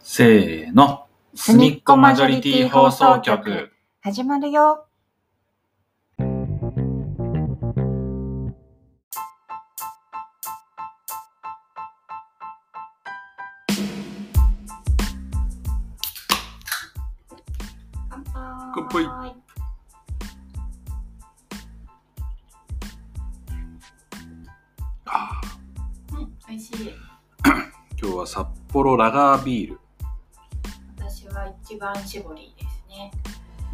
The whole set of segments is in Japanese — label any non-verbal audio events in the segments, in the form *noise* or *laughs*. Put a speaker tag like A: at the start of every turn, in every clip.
A: せーの。すみっこマジョリティ放送局。
B: 始まるよ。
A: 乾杯あー
B: うん、美味しい。
A: 今日は札幌ラガービール、
B: 私は一番搾りですね。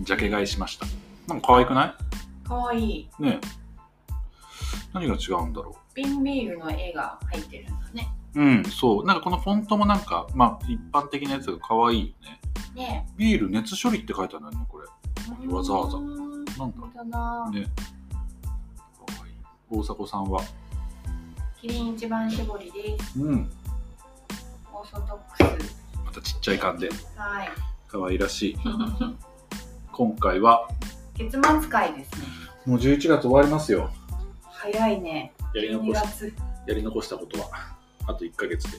A: ジャケ買いしました。なんか可愛くな
B: 可愛いい。
A: いねえ。何が違うんだろ
B: 瓶ビールの絵が入ってるんだね。
A: う。うん、そう。なんかこのフォントもなんか、まあ一般的なやつが可愛いよね。
B: ね
A: ビール熱処理って書いてあるんだよね、これ。
B: え。
A: わざわざ
B: うー
A: なん
B: ん
A: だろ
B: 本当な
A: う。。ね。可愛い。大迫さんは。
B: キリン一番搾りです。
A: うん。
B: オーソドックス。
A: またちっちゃい感で、
B: はい。
A: 可愛らしい。今回は、
B: 月末会ですね。
A: もう11月終わりますよ。
B: 早いね。
A: やり残
B: 12
A: し
B: 月。
A: やり残したことはあと1ヶ月で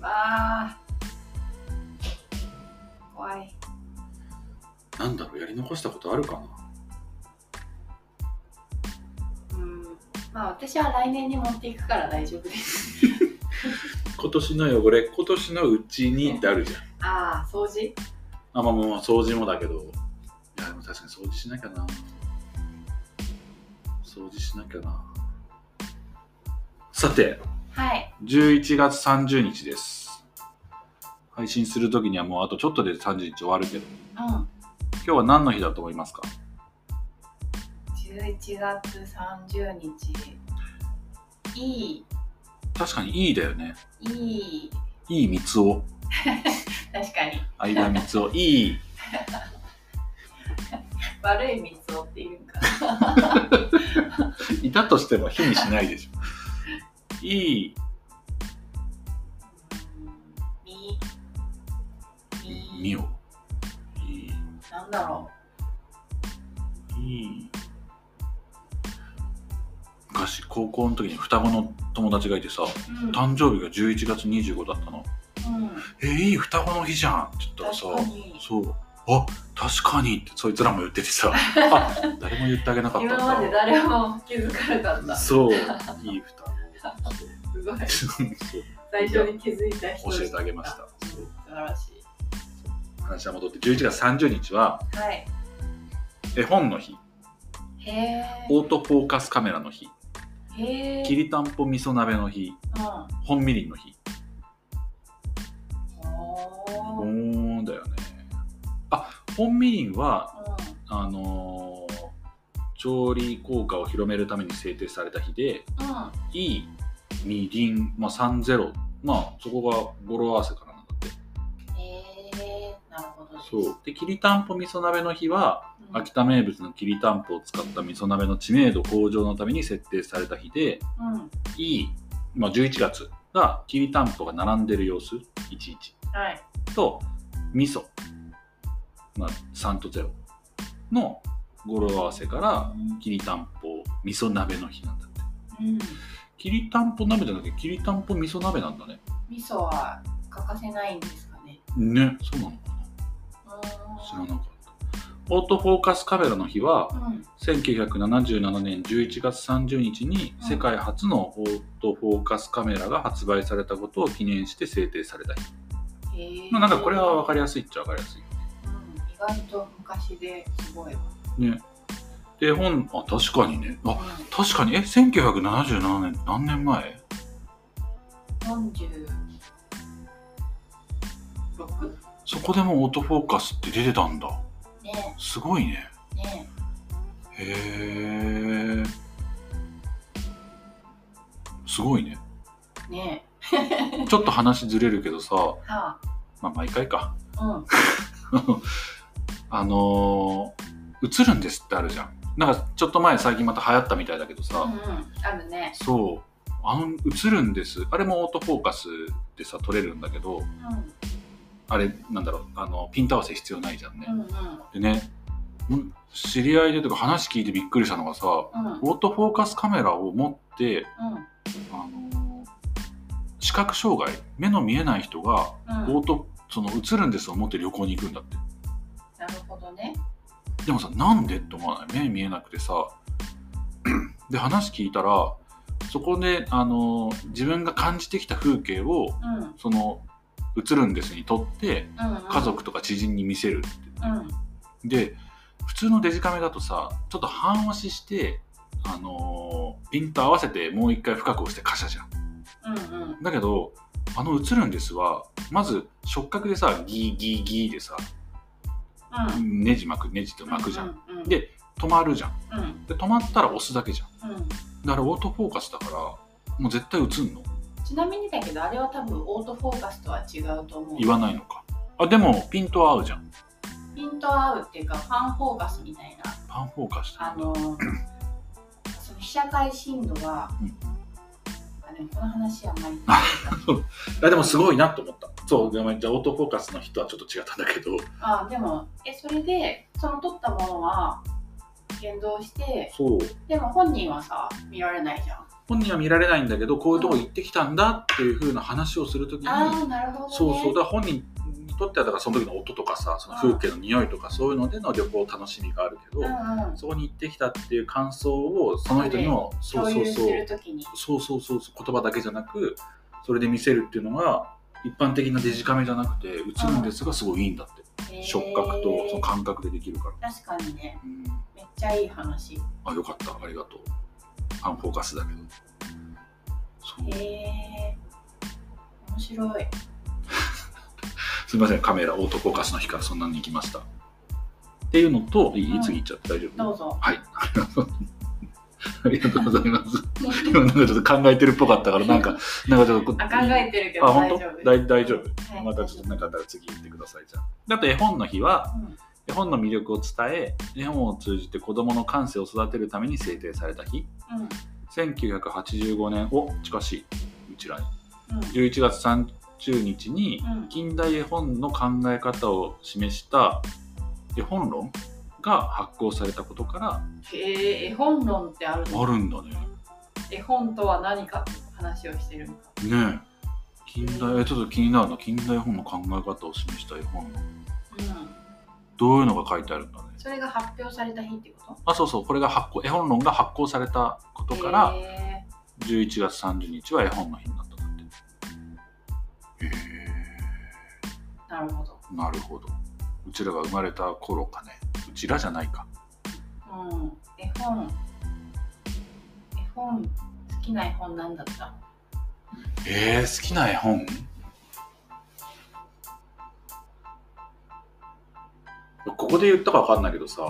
B: わあ。怖い。
A: なんだろうやり残したことあるかな
B: うん。まあ私は来年に持っていくから大丈夫です。
A: 今年の汚れ今年のうちにってあるじゃん
B: ああ、掃除
A: あまあまあまあ掃除もだけどいやでも確かに掃除しなきゃな掃除しなきゃなさて
B: はい。
A: 11月30日です配信する時にはもうあとちょっとで30日終わるけど
B: うん。
A: 今日は何の日だと思いますか
B: 11月30日いい
A: 確かにいいだよね
B: いい
A: いい三つを
B: 確かに
A: 相田三つをいい
B: 悪い三つをっていうんか
A: いたとしても火にしないでしょ。いい、
B: みみ
A: みを。い
B: なんだろ
A: い、いい。昔、高校の時に双子の友達がいてさ、
B: う、うん
A: 誕生日が11月25だったの。
B: うん、
A: え、いい双子の日じゃんって言ったらさ
B: 確、かに
A: そう。あ、確かにってそいつらも言ってて
B: *laughs*
A: さ、あ、誰も言ってあげなかったん
B: 今まで
A: だ。
B: 誰も気づかなかったす
A: そう、いい双子。
B: ごい
A: そう
B: 最初に気づいた人
A: 教えてあげました。そう
B: 素晴らしい
A: 話は戻って、11月30日は
B: はい
A: 絵本の日、
B: へえ
A: オートフォーカスカメラの日、
B: へえ
A: きりたんぽ味噌鍋の日、
B: うん
A: 本みりんの日。
B: お
A: お
B: ー
A: ーだよね。あ、本みりんは、
B: う
A: あのー調理効果を広めるために制定された日で、
B: んうん
A: いいみりん、まあ30、まあそこが語呂合わせからなんだって。
B: へえなるほどです
A: そう。で、きりたんぽ味噌鍋の日は、
B: うん
A: 秋田名物のきりたんぽを使った味噌鍋の知名度向上のために設定された日で、
B: うん
A: いい、まあ11月がきりたんぽが並んでる様子、いちいち。
B: はい
A: と味噌、まあ、3と0の語呂合わせからきりたんぽ味噌鍋の日なんだって
B: うん
A: きりたんぽ鍋じゃなくてきりたんぽ味噌鍋なんだね
B: 味噌は欠かせないんですかね。
A: ねそうなのか
B: うー
A: なん知らなかったオートフォーカスカメラの日は
B: うん。
A: 1977年11月30日に
B: うん
A: 世界初のオートフォーカスカメラが発売されたことを記念して制定された日、
B: へー
A: まあ、なんかこれは分かりやすいっちゃ分かりやすい
B: うん意外と昔ですごいわ。
A: ねで本あ確かにねあ
B: う
A: 確かにえ1977年って何年前
B: ん。46?
A: そこでもうオートフォーカスって出てたんだ
B: ね
A: すごいね
B: えね
A: へえすごいね
B: えね
A: ちょっと話ずれるけどさ
B: えは
A: まあ毎回か
B: あうん
A: あのー、映るんですってあるじゃんなんかちょっと前最近また流行ったみたいだけどさ、
B: うんうんあるね。
A: そうあの映るんですあれもオートフォーカスでさ撮れるんだけど
B: うん
A: あれなんだろうあのピント合わせ必要ないじゃんね、
B: うんうん
A: でねん知り合いでとか話聞いてびっくりしたのがさオ
B: うん
A: ートフォーカスカメラを持って、
B: うん
A: あのー視覚障害目の見えない人が
B: うん
A: オートその映るんですを持って旅行に行くんだって
B: なるほどね。
A: でもさなんでって思わない目見えなくてさ *clears throat* で話聞いたらそこであの自分が感じてきた風景を
B: うん。うん、
A: その映るんですに撮って
B: うん。
A: 家族とか知人に見せるって
B: うん。
A: で普通のデジカメだとさちょっと半押しして、あのーピント合わせてもう一回深く押してカシャじゃん
B: うん。うん。
A: だけどあの「映るんですは」まず触覚でさギーギーギーでさ
B: うん。
A: ネジ巻くネジって巻くじゃん
B: ん。うん。
A: で止まるじゃん
B: うん。うん。
A: で止まったら押すだけじゃん
B: う
A: だ
B: ん。
A: からオートフォーカスだからもう絶対映んの
B: ちなみにだけど、あれは多分オートフォーカスとは違うと思う。
A: 言わないのかあでもピントは合うじゃん
B: ピント合うっていうか、ファンフォーカスみたいな。
A: パンフォーカス
B: あのー、その被写界深度が、
A: うん
B: あでもこの話あんま
A: *laughs*
B: り。
A: あでもすごいなと思ったそうでもじゃあオートフォーカスの人はちょっと違ったんだけど
B: あでも、え、それで、その撮ったものは、現像して、
A: そう
B: でも本人はさ、見られないじゃん。
A: 本人は見られないんだけどこういうとこ行ってきたんだっていう風な話をするときに、
B: ああ、なるほど、ね。
A: そうそうだから本人にとってはだからその時の音とかさその風景の匂いとかそういうのでの旅行楽しみがあるけど、
B: うんうん、
A: そこに行ってきたっていう感想をその人にもそう
B: 共
A: そう
B: 有
A: そ
B: する
A: う
B: ときに。
A: そうそうそうそう言葉だけじゃなくそれで見せるっていうのが一般的なデジカメじゃなくて映るんですがすごいいいんだって、
B: へー
A: 触覚とその感覚でできるから、
B: 確かにね、
A: うん、
B: めっちゃいい話。へ
A: あよかったありがとうアンフォーカスだけどそう
B: え。面白い。
A: すみません、カメラオートフォーカスの日からそんなに行きました。っていうのと、いい
B: うん
A: 次行っちゃって大丈夫
B: どうぞ。
A: はい、ありがとう。ありがとうございます。 *laughs* 今なんかちょっと考えてるっぽかったから、なん
B: *laughs*
A: か、なんかちょっとこう。
B: あ考えてるけど
A: あ、
B: 大
A: 本
B: 丈
A: 当
B: 夫。
A: 大大丈
B: は
A: 夫。
B: い
A: またちょっとなんかあったら次行ってください、じゃあ。であと絵本の日は、
B: うん
A: 絵本の魅力を伝え、絵本を通じて子供の感性を育てるために制定された日。
B: うん
A: 1985年、お、近しい。うちらに。
B: うん
A: 11月30日に、
B: うん
A: 近代絵本の考え方を示した絵本論が発行されたことから
B: へえ、絵本論ってあるの
A: あるんだね。
B: 絵本とは何かって話をしてるのか。
A: ねえ近代えちょっと気になるな近代絵本の考え方を示した絵本論
B: うん。
A: どういうのが書いてあるんだね
B: それが発表された日ってこと
A: あそうそうこれが発行絵本論が発行されたことから
B: へー
A: 11月30日は絵本の日になったんだってへ
B: なるほど。
A: えなるほどうちらが生まれた頃かねうちらじゃないか
B: うん。絵本。絵本、好きな絵本なんだった
A: えー、好きな絵本ここで言ったか分かんないけどさ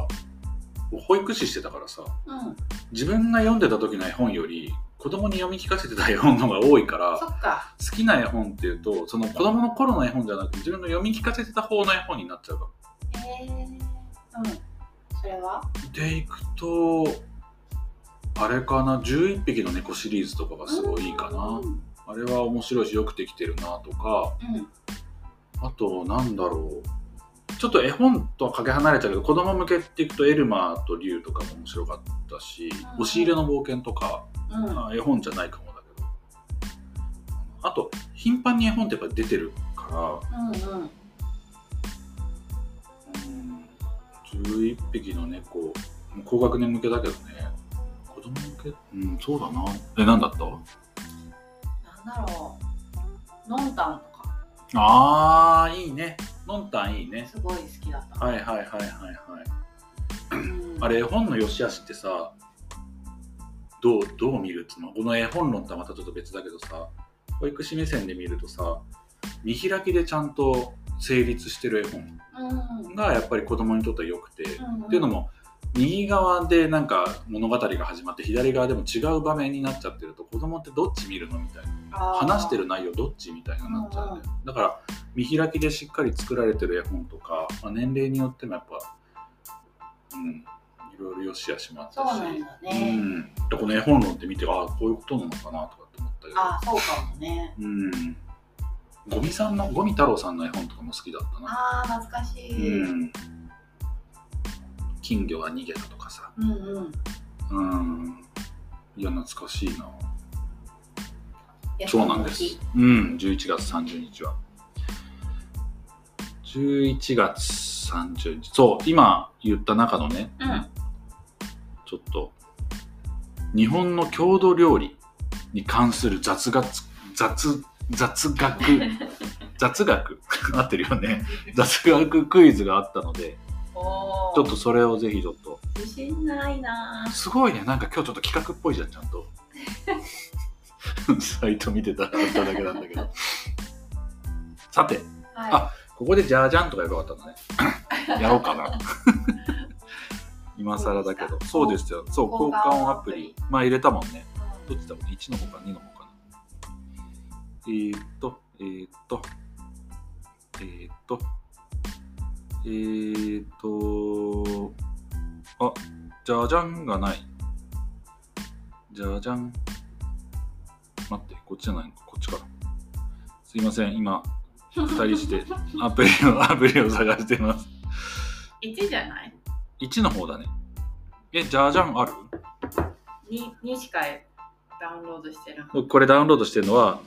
A: 保育士してたからさ
B: うん。
A: 自分が読んでた時の絵本より子供に読み聞かせてた絵本の方が多いから
B: そっか。
A: 好きな絵本っていうとその子供の頃の絵本じゃなくて自分の読み聞かせてた方の絵本になっちゃうか
B: へえ。うん。それは
A: らでいくとあれかな11匹の猫シリーズとかがすごいいいかな
B: うん。
A: あれは面白いしよくできてるなとか
B: うん
A: あと、なんだろう。ちょっと絵本とはかけ離れたけど、子供向けっていくと、エルマーと竜とかも面白かったし、
B: うん
A: 押し入れの冒険とか、
B: うん。
A: あ絵本じゃないかもだけど。あと、頻繁に絵本ってやっぱ出てるか
B: うんうん。
A: ら、うん、11匹の猫、もう高学年向けだけどね、子供向け、うん、そうだな。え、なんだった
B: なんだろう。ノンタンとか、
A: あー、いいね。のんたんいいね。
B: すごい好きだった。
A: はいはいはいはいはい。
B: うん
A: あれ絵本の良し悪しってさどうどう見るっつうのこの絵本論とはまたちょっと別だけどさ保育士目線で見るとさ見開きでちゃんと成立してる絵本
B: うん。うん
A: がやっぱり子供にとっては良くて、っ
B: うん。
A: ていうのも右側でなんか物語が始まって左側でも違う場面になっちゃってると子供ってどっち見るのみたいな
B: あー
A: 話してる内容どっちみたいになっちゃうんだよ、だから見開きでしっかり作られてる絵本とか、まあ、年齢によってもやっぱうんいろいろ良し悪しもあった
B: そう
A: し
B: なんだね。
A: うんでこの絵本論って見てああこういうことなのかなとかって思ったけど
B: あーそうかもね。
A: うんゴミさんのゴミ太郎さんの絵本とかも好きだったな
B: ああ、懐かし
A: う
B: い。うん
A: ん金魚が逃げたとかさ
B: うん。
A: うんいや懐かしいなそうなんです。うん、11月30日は。11月30日。そう、今言った中のね、
B: うん
A: ちょっと、日本の郷土料理に関する雑学、雑、雑学、雑学 *laughs* 合ってるよね。雑学クイズがあったので、
B: お
A: ちょっとそれをぜひちょっと。
B: 自信ないなぁ
A: すごいね、なんか今日ちょっと企画っぽいじゃん、ちゃんと。サイト見てたらあっただけなんだけど。さて、
B: は
A: ここでじゃじゃんとかやろうかったのね。 *laughs* やろうかな。今更だけど。そうですよ。そう、交
B: 交換
A: 換音アプリ。まあ入れたもんね。
B: い、
A: どっちだもんね。1の方か2の方かな。えーっと、えーっと、えーっと、えーっと、あ、じゃじゃんがない。じゃじゃん。待って、こっちじゃないのか、こっちから。すいません、今、
B: 二
A: 二人してアプリを、アプリを探してます。
B: 1じゃない
A: 1の方だね。え、じゃじゃんある
B: 2, 2しかダウンロードしてる
A: これダウンロードしてるのは、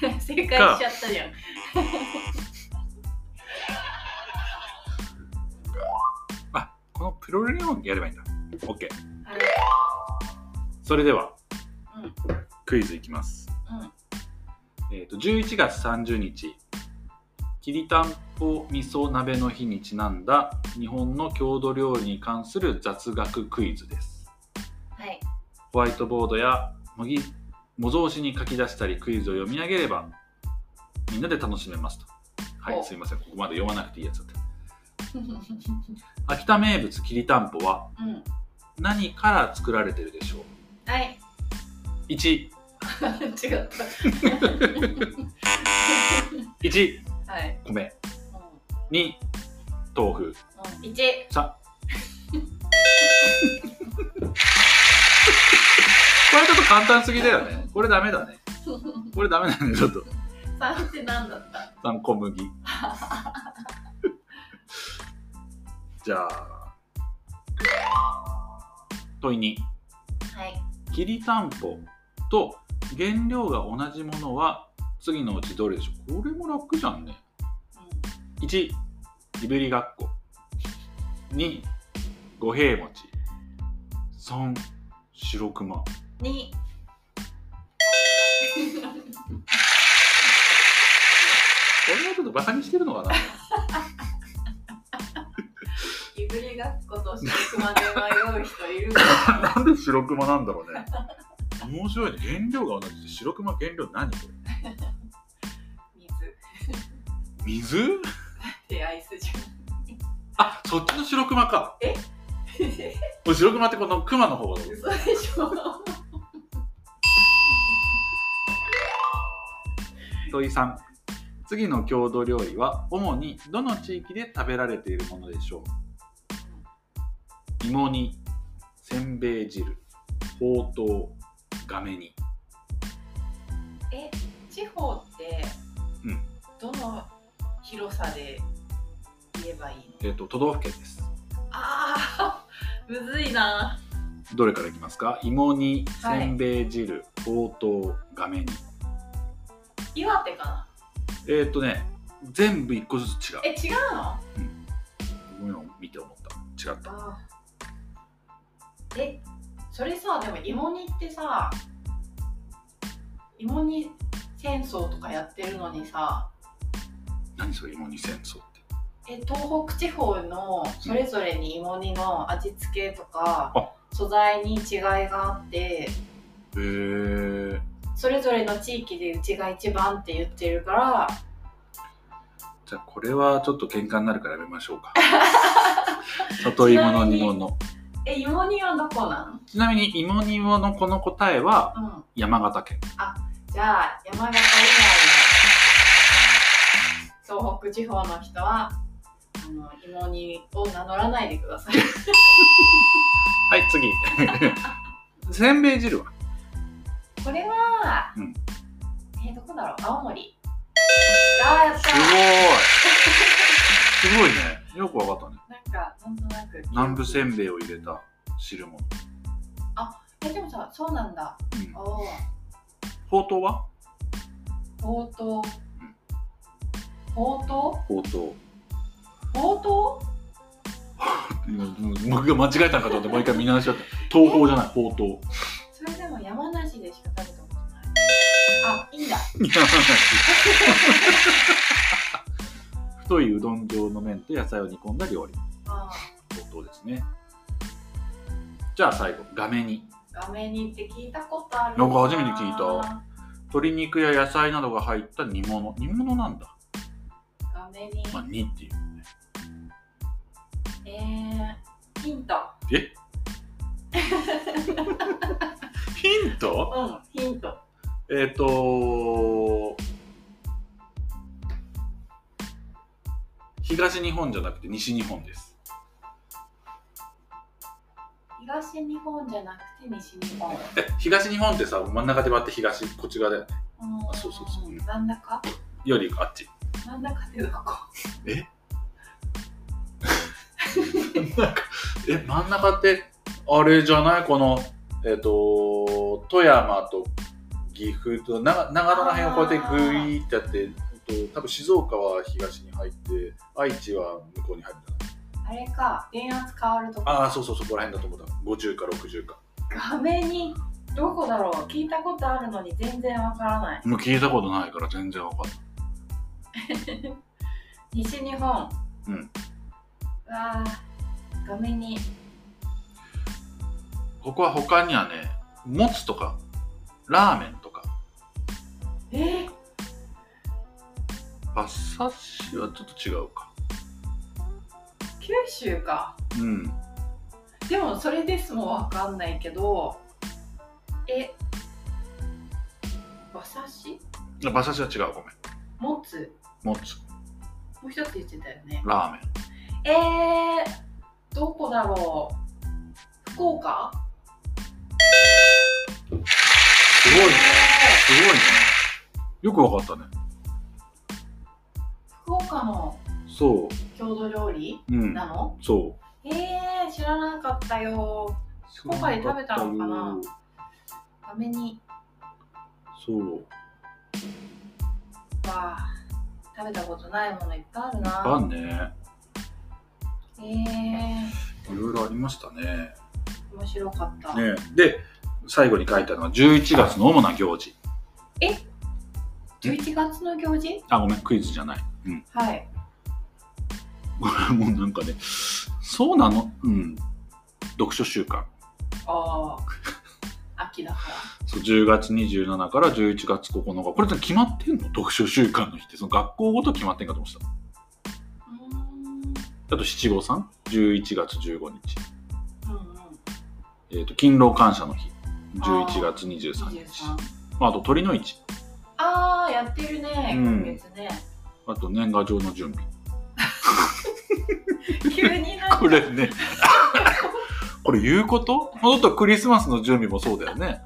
B: *laughs* 正解しちゃったじゃん
A: あ、このプロレオンやればいいんだ。OK。
B: はい
A: それでは、
B: うん
A: クイズいきます。
B: うん
A: えっ、と、11月30日、きりたんぽ味噌鍋の日にちなんだ日本の郷土料理に関する雑学クイズです。
B: はい *laughs*
A: ホワイトボードや模擬模造紙に書き出したりクイズを読み上げればみんなで楽しめますと。は
B: お
A: い、すいません、ここまで読まなくていいやつだった。秋田名物きりたんぽは
B: うん
A: 何から作られてるでしょう
B: は
A: ?1、
B: い *laughs* 違った
A: 1、
B: はい、
A: 米。
B: うん
A: 2、豆腐。
B: うん、1
A: さこれちょっと簡単すぎだよね。これダメだね。これダメだ *laughs* ね、ちょっと。
B: 3って何だった
A: 三小麦。 *laughs* じゃあ。問いに。
B: はい
A: きりたんぽと原料が同じものは次のうちどれでしょうこれも楽じゃんね。1、いぶりがっこ。2、五平餅。3、白熊。
B: 2
A: これはちょっとバカにしてるのかな
B: いぶりがっことしくまで迷う人いる *laughs* か
A: なんで白熊なんだろうね。面白いね。原料が同じで白熊原料何これ
B: 水
A: 水
B: でアイスじゃん
A: あ、そっちの白熊か。
B: 嘘で
A: *laughs* これ白熊ってこの熊の方だ。
B: しょ
A: 問い3。次の郷土料理は主にどの地域で食べられているものでしょう芋煮、せんべい汁、ほうとう、がめ煮。
B: え地方って
A: うん
B: どの広さで言えばいいの
A: えっ、と、都道府県です。
B: あーむずいな
A: どれからいきますか芋煮、
B: はい
A: せんべい汁、ほうとう、がめ煮。
B: 岩手かな
A: えーっとね、全部一個ずつ違う。
B: え違うの
A: ごめん見て思った。違った。
B: あーえそれさでも芋煮ってさ芋煮戦争とかやってるのにさ
A: 何それ芋煮戦争って。
B: え東北地方のそれぞれに芋煮の味付けとか素材に違いがあって
A: へー。
B: それぞれの地域でうちが一番って言ってるから
A: じゃあこれはちょっと喧嘩になるからやめましょうか。里芋の煮物。
B: え芋煮はどこなん、
A: ちなみに芋煮物のこの答えは
B: うん、
A: 山形県。
B: じゃあ山形以外の東北地方の人はあの芋煮を名乗らないでください
A: はい、次。 *laughs* せんべい汁は
B: これは、
A: うん
B: えーどこだろう青森あーやっ
A: す
B: た
A: ごい。すごいね。よくわかったね。
B: なんかなんとなく
A: 南部せ
B: ん
A: んべいを入れた汁物。
B: えでもさそうなんだ
A: うん
B: おー
A: ほうとうは
B: ほうとうほうと
A: ほうと
B: うほうと
A: う。今僕が間違えたんかと思って、もう一回見直しちゃった。東方じゃない、ほうとう。
B: うそれでも山梨でしか食べたことないあいいんだ
A: *laughs* 太いうどん状の麺と野菜を煮込んだ料理。
B: あ
A: ほうとうですね。じゃあ最後、画面に。
B: 画面にって聞いたことある
A: なんか初めて聞いた鶏肉や野菜などが入った煮物。煮物なんだ。
B: 画面に
A: まあ、煮っていう。
B: えー、ヒント
A: えヒント
B: うんヒント
A: えっ、と東日本じゃなくて西日本です。
B: 東日本じゃなくて西日本
A: え東日本ってさ真ん中で割って東こっち側だよね
B: うん
A: そうそうそう
B: なんだか
A: よりあっち
B: なんだかってどこ
A: え真ん中ってあれじゃないこのえっ、と富山と岐阜と長長野の辺をこうやってグイーってやって、えっと多分静岡は東に入って愛知は向こうに入るんだ
B: あれか電圧変わるとこ
A: ああそうそうそこら辺だと思った50か60か
B: 画面にどこだろう聞いたことあるのに全然わからない
A: もう聞いたことないから全然わかんない
B: 西日本
A: うん
B: うわあ画面に
A: ここは他にはねもつとかラーメンとか
B: えー、
A: パッサッシはちょっと違うか
B: 九州か
A: うん
B: でもそれですもわかんないけどえ馬刺し
A: いや馬刺しは違うごめん
B: もつ
A: もつ
B: もう一つ言ってたよね
A: ラーメン
B: えー、どこだろう福岡
A: すごいねすごいねよくわかったね
B: 福岡の
A: そ
B: 郷土料理
A: ううん
B: なの
A: そ
B: えー、知らなかったよ
A: う
B: 福岡で食べたのかな画面に
A: そう
B: わあ食べたことないものいっぱいある
A: あ
B: なん
A: ね
B: えー、
A: いろいろありましたね
B: 面白かった、
A: ねで最後に書いたのは11月の主な行事
B: 11月の行事
A: あごめんクイズじゃない *laughs* うん
B: はい
A: これもうなんかね、そうなのうん。読書週間。
B: ああ秋だから
A: そう、10月27から11月9日。これって決まってんの読書週間の日って。その学校ごと決まってんかと思ってた。
B: うーん
A: あと七五三 ?11 月15日。
B: うんうん
A: えっ、と、勤労感謝の日。
B: あー
A: 11月23日。
B: 23
A: まあ、あと鳥の市。
B: ああやってるね、
A: うん
B: 今月ね
A: あと年賀状の準備。
B: 急に *laughs* なんか
A: これね。 *laughs* これ言うこともっとクリスマスの準備もそうだよね。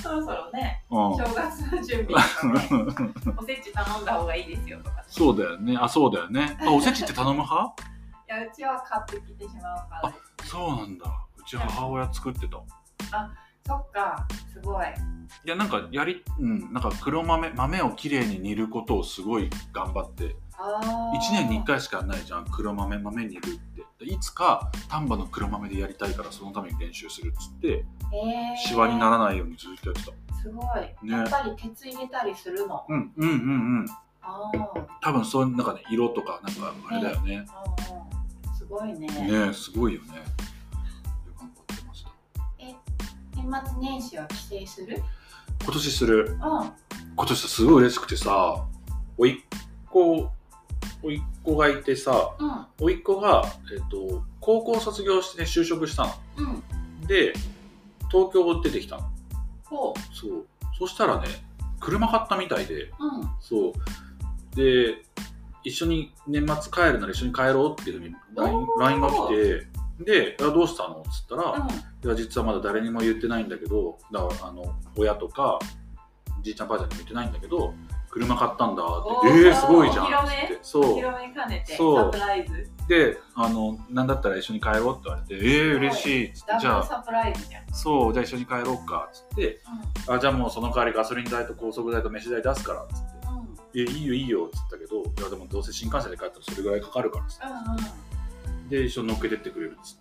B: そろそろね
A: うん。
B: 正月の準備とかね
A: *laughs*
B: おせち頼んだ方がいいですよとか
A: そうだよね。あ、そうだよ
B: *laughs*
A: ね。あ、おせちって頼む派
B: いやうちは買ってきてしまうからです
A: そうなんだ。うち母親作ってた。い
B: そっかすごい
A: や、なんかやり、うん、なんか黒豆、豆をきれいに煮ることをすごい頑張って、
B: あ
A: 1年に1
B: 回
A: 回しかないじゃん、黒豆、豆煮るって。いつか丹波の黒豆でやりたいから、そのために練習するっつって、
B: えー、
A: シワにならないようにずっとやってた。
B: すごい、やっぱり鉄入れたりするの
A: うん、うん、うん、うん。
B: あー
A: 多分そういう、なんかね、色とか、なんかあれだよね。
B: あーすごいね
A: ねえすごいよね。頑張ってました。
B: 年末年始は帰省する
A: 今年する。
B: うんあ
A: 今年すごい嬉しくてさ、おいっ子、おいっ子がいてさ、
B: うん
A: おいっ子が、えっと高校卒業して、ね、就職したの。
B: うん
A: で、東京出てきたの。
B: こ
A: そう。そしたらね、車買ったみたいで、
B: ううん
A: そう。で、一緒に年末帰るなら一緒に帰ろうっていうふうに LINE
B: おー
A: LINE が来て、で、あどうしたのっつったら、
B: うん
A: いや実はまだ誰にも言ってないんだけどだからあの親とかじいちゃんばあちゃんにも言ってないんだけど車買ったんだっ
B: お
A: て、
B: ー
A: えー、すごいじゃん
B: お
A: っ
B: 披露目
A: つって、
B: お
A: そう。
B: 披露目兼ねて
A: そ
B: サ
A: う
B: プライズ
A: で、あの、なんだったら一緒に帰ろうって言われて、えー、嬉しいっつって
B: ダ、
A: じゃ
B: ブル
A: あ、
B: サプライズじゃん、
A: そう、じゃあ一緒に帰ろうかっつって、あ、じゃあもうその代わりガソリン代と高速代と飯代出すからっつって、
B: うんうんうん
A: え、いいよいいよっつったけど、いやでもどうせ新幹線で帰ったらそれぐらいかかるからっつって、で、一緒に乗っけてってくれるっつって、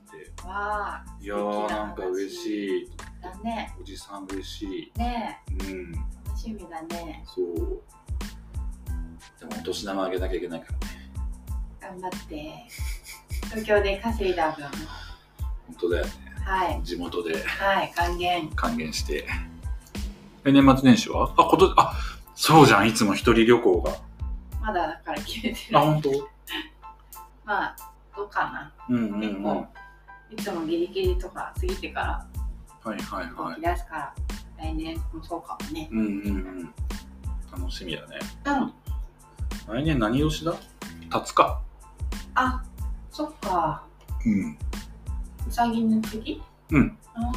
B: わあ
A: いやー、なんか嬉しい、
B: だね
A: おじさん嬉しい、
B: ね
A: うん、
B: え楽しみだね
A: そう。でもお年玉あげなきゃいけないからね、
B: 頑張って東京で稼いだ分
A: 本当だよね、
B: はい
A: 地元で。
B: はい還元
A: 還元して。え、年末年始はあ、こと、あ、そうじゃん、いつも一人旅行が。
B: まだだから決めて
A: あ、
B: ない
A: 本当
B: まあどうかな
A: うんうんうん。はい
B: つもギリギリとか過ぎてから
A: いはいは
B: 動
A: い
B: き。出すから、来年もそうかもね
A: うんうんうん。楽しみだね。
B: うん
A: 来年何年だ立つか。
B: あそっか
A: うん。
B: うさぎの次
A: うん
B: あ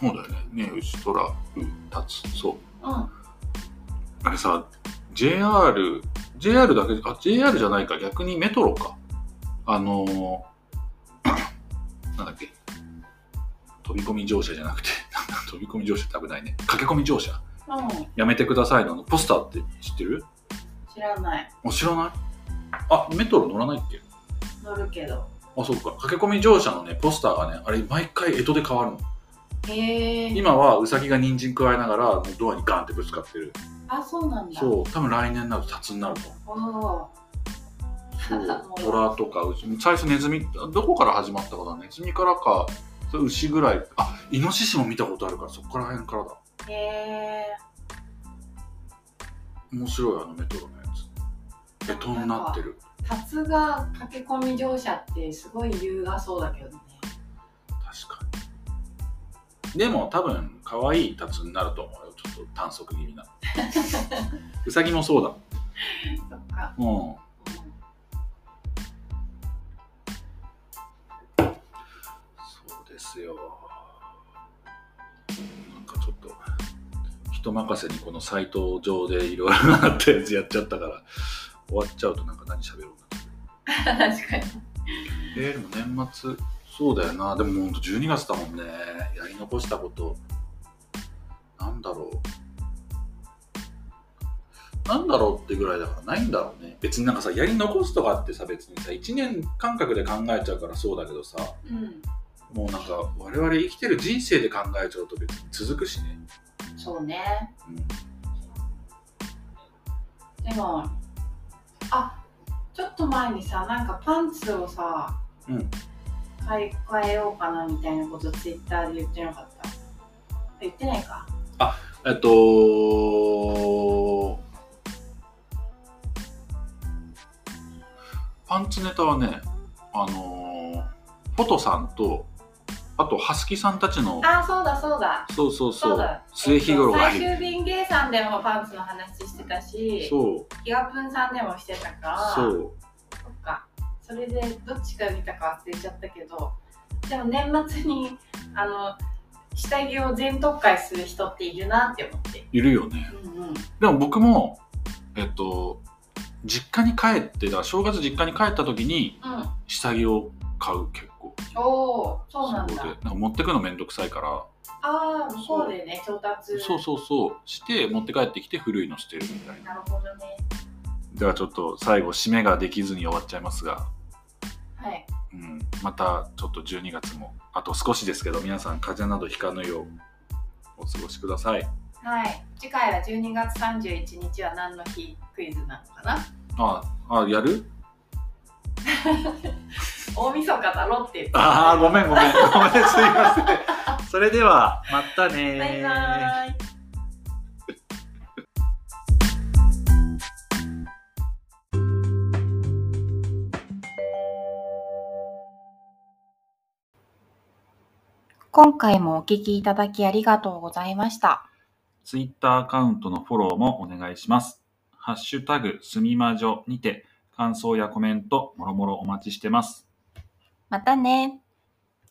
A: そうだよね。ね、牛虎、うん、立つ。そう。
B: ーうん
A: あれさ、JR、JR だけ、あ、JR じゃないか、逆にメトロか。あのー *clears throat* なんだっけ。飛び込み乗車じゃなくて、 *laughs* なんだ飛び込み乗車って危ないね。駆け込み乗車。
B: うん
A: やめてくださいのあのポスターって知ってる
B: 知らない
A: あ、知らないあ、メトロ乗らないっけ
B: 乗るけど
A: あ、そうか。駆け込み乗車のね、ポスターがね、あれ、毎回干支で変わるの。
B: へえ
A: 今はウサギが人参加えながら、もうドアにガンってぶつかってる。
B: あそうなんだ
A: そう、多分来年になるとタツになると思う。
B: おー
A: そう
B: *laughs* もう
A: 虎とか牛最初ネズミどこから始まったかなネズミからかそれ牛ぐらいあイノシシも見たことあるからそこから辺からだ
B: へえ
A: 面白いあのメトロのやつベトになってる
B: タツが駆け込み乗車ってすごい優雅そうだけどね
A: 確かにでも多分可愛いタツになると思うよちょっと短足気味 *laughs* なウサギもそうだ
B: そっか、
A: うん
B: うん
A: そうですよなんかちょっと人任せにこのサイト上でいろいろなったやつやっちゃったから終わっちゃうとなんか何喋ろうな
B: 確かに
A: えー、でも年末そうだよなでもほんと12月だもんねやり残したことなんだろうなんだろうってぐらいだからないんだろうね別になんかさやり残すとかってさ別にさ1年間隔で考えちゃうからそうだけどさ
B: う
A: もうなんか我々生きてる人生で考えちゃうと別に続くしね、
B: ん *laughs* そうねでもあちょっと前にさなんかパンツをさ、
A: うん
B: 買い替えようかなみたいなことツイッターで言ってなかった言ってないか
A: えっとパンツネタはねあのーフォトさんとあとハスキさんたちの
B: あそうだそうだ
A: そうそう
B: そ
A: そうう
B: だ
A: 末日頃がい
B: え
A: い
B: っと最終便芸さんでもパンツの話してたし
A: そう
B: ギガプンさんでもしてたから
A: そう
B: そっかそれでどっちか見たか忘れちゃったけどでも年末にあの下着を全特会する人っているなって思って
A: いるよね
B: うんうん
A: でも僕もえっと実家に帰ってだから正月実家に帰った時に
B: うん
A: 下着を買う結構
B: おおそうなん
A: そ
B: だ
A: うでなんか持ってくのめんどくさいから
B: ああ向こうでね調達
A: そうそうそうして持って帰ってきて古いの捨てるみたいな
B: なるほどね
A: ではちょっと最後締めができずに終わっちゃいますが、
B: はい
A: うん、またちょっと12月もあと少しですけど皆さん風邪などひかぬようお過ごしください
B: はい次回は12月31日は何の日クイズなのかな
A: ああやる
B: 大晦日だろって言って
A: ああごめんごめん *laughs* ごめんすいませんそれではまたね
B: バイバーイ今回もお聞きいただきありがとうございました。
A: ツイッターアカウントのフォローもお願いします。ハッシュタグすみまじょにて感想やコメントもろもろお待ちしてます。
B: またね。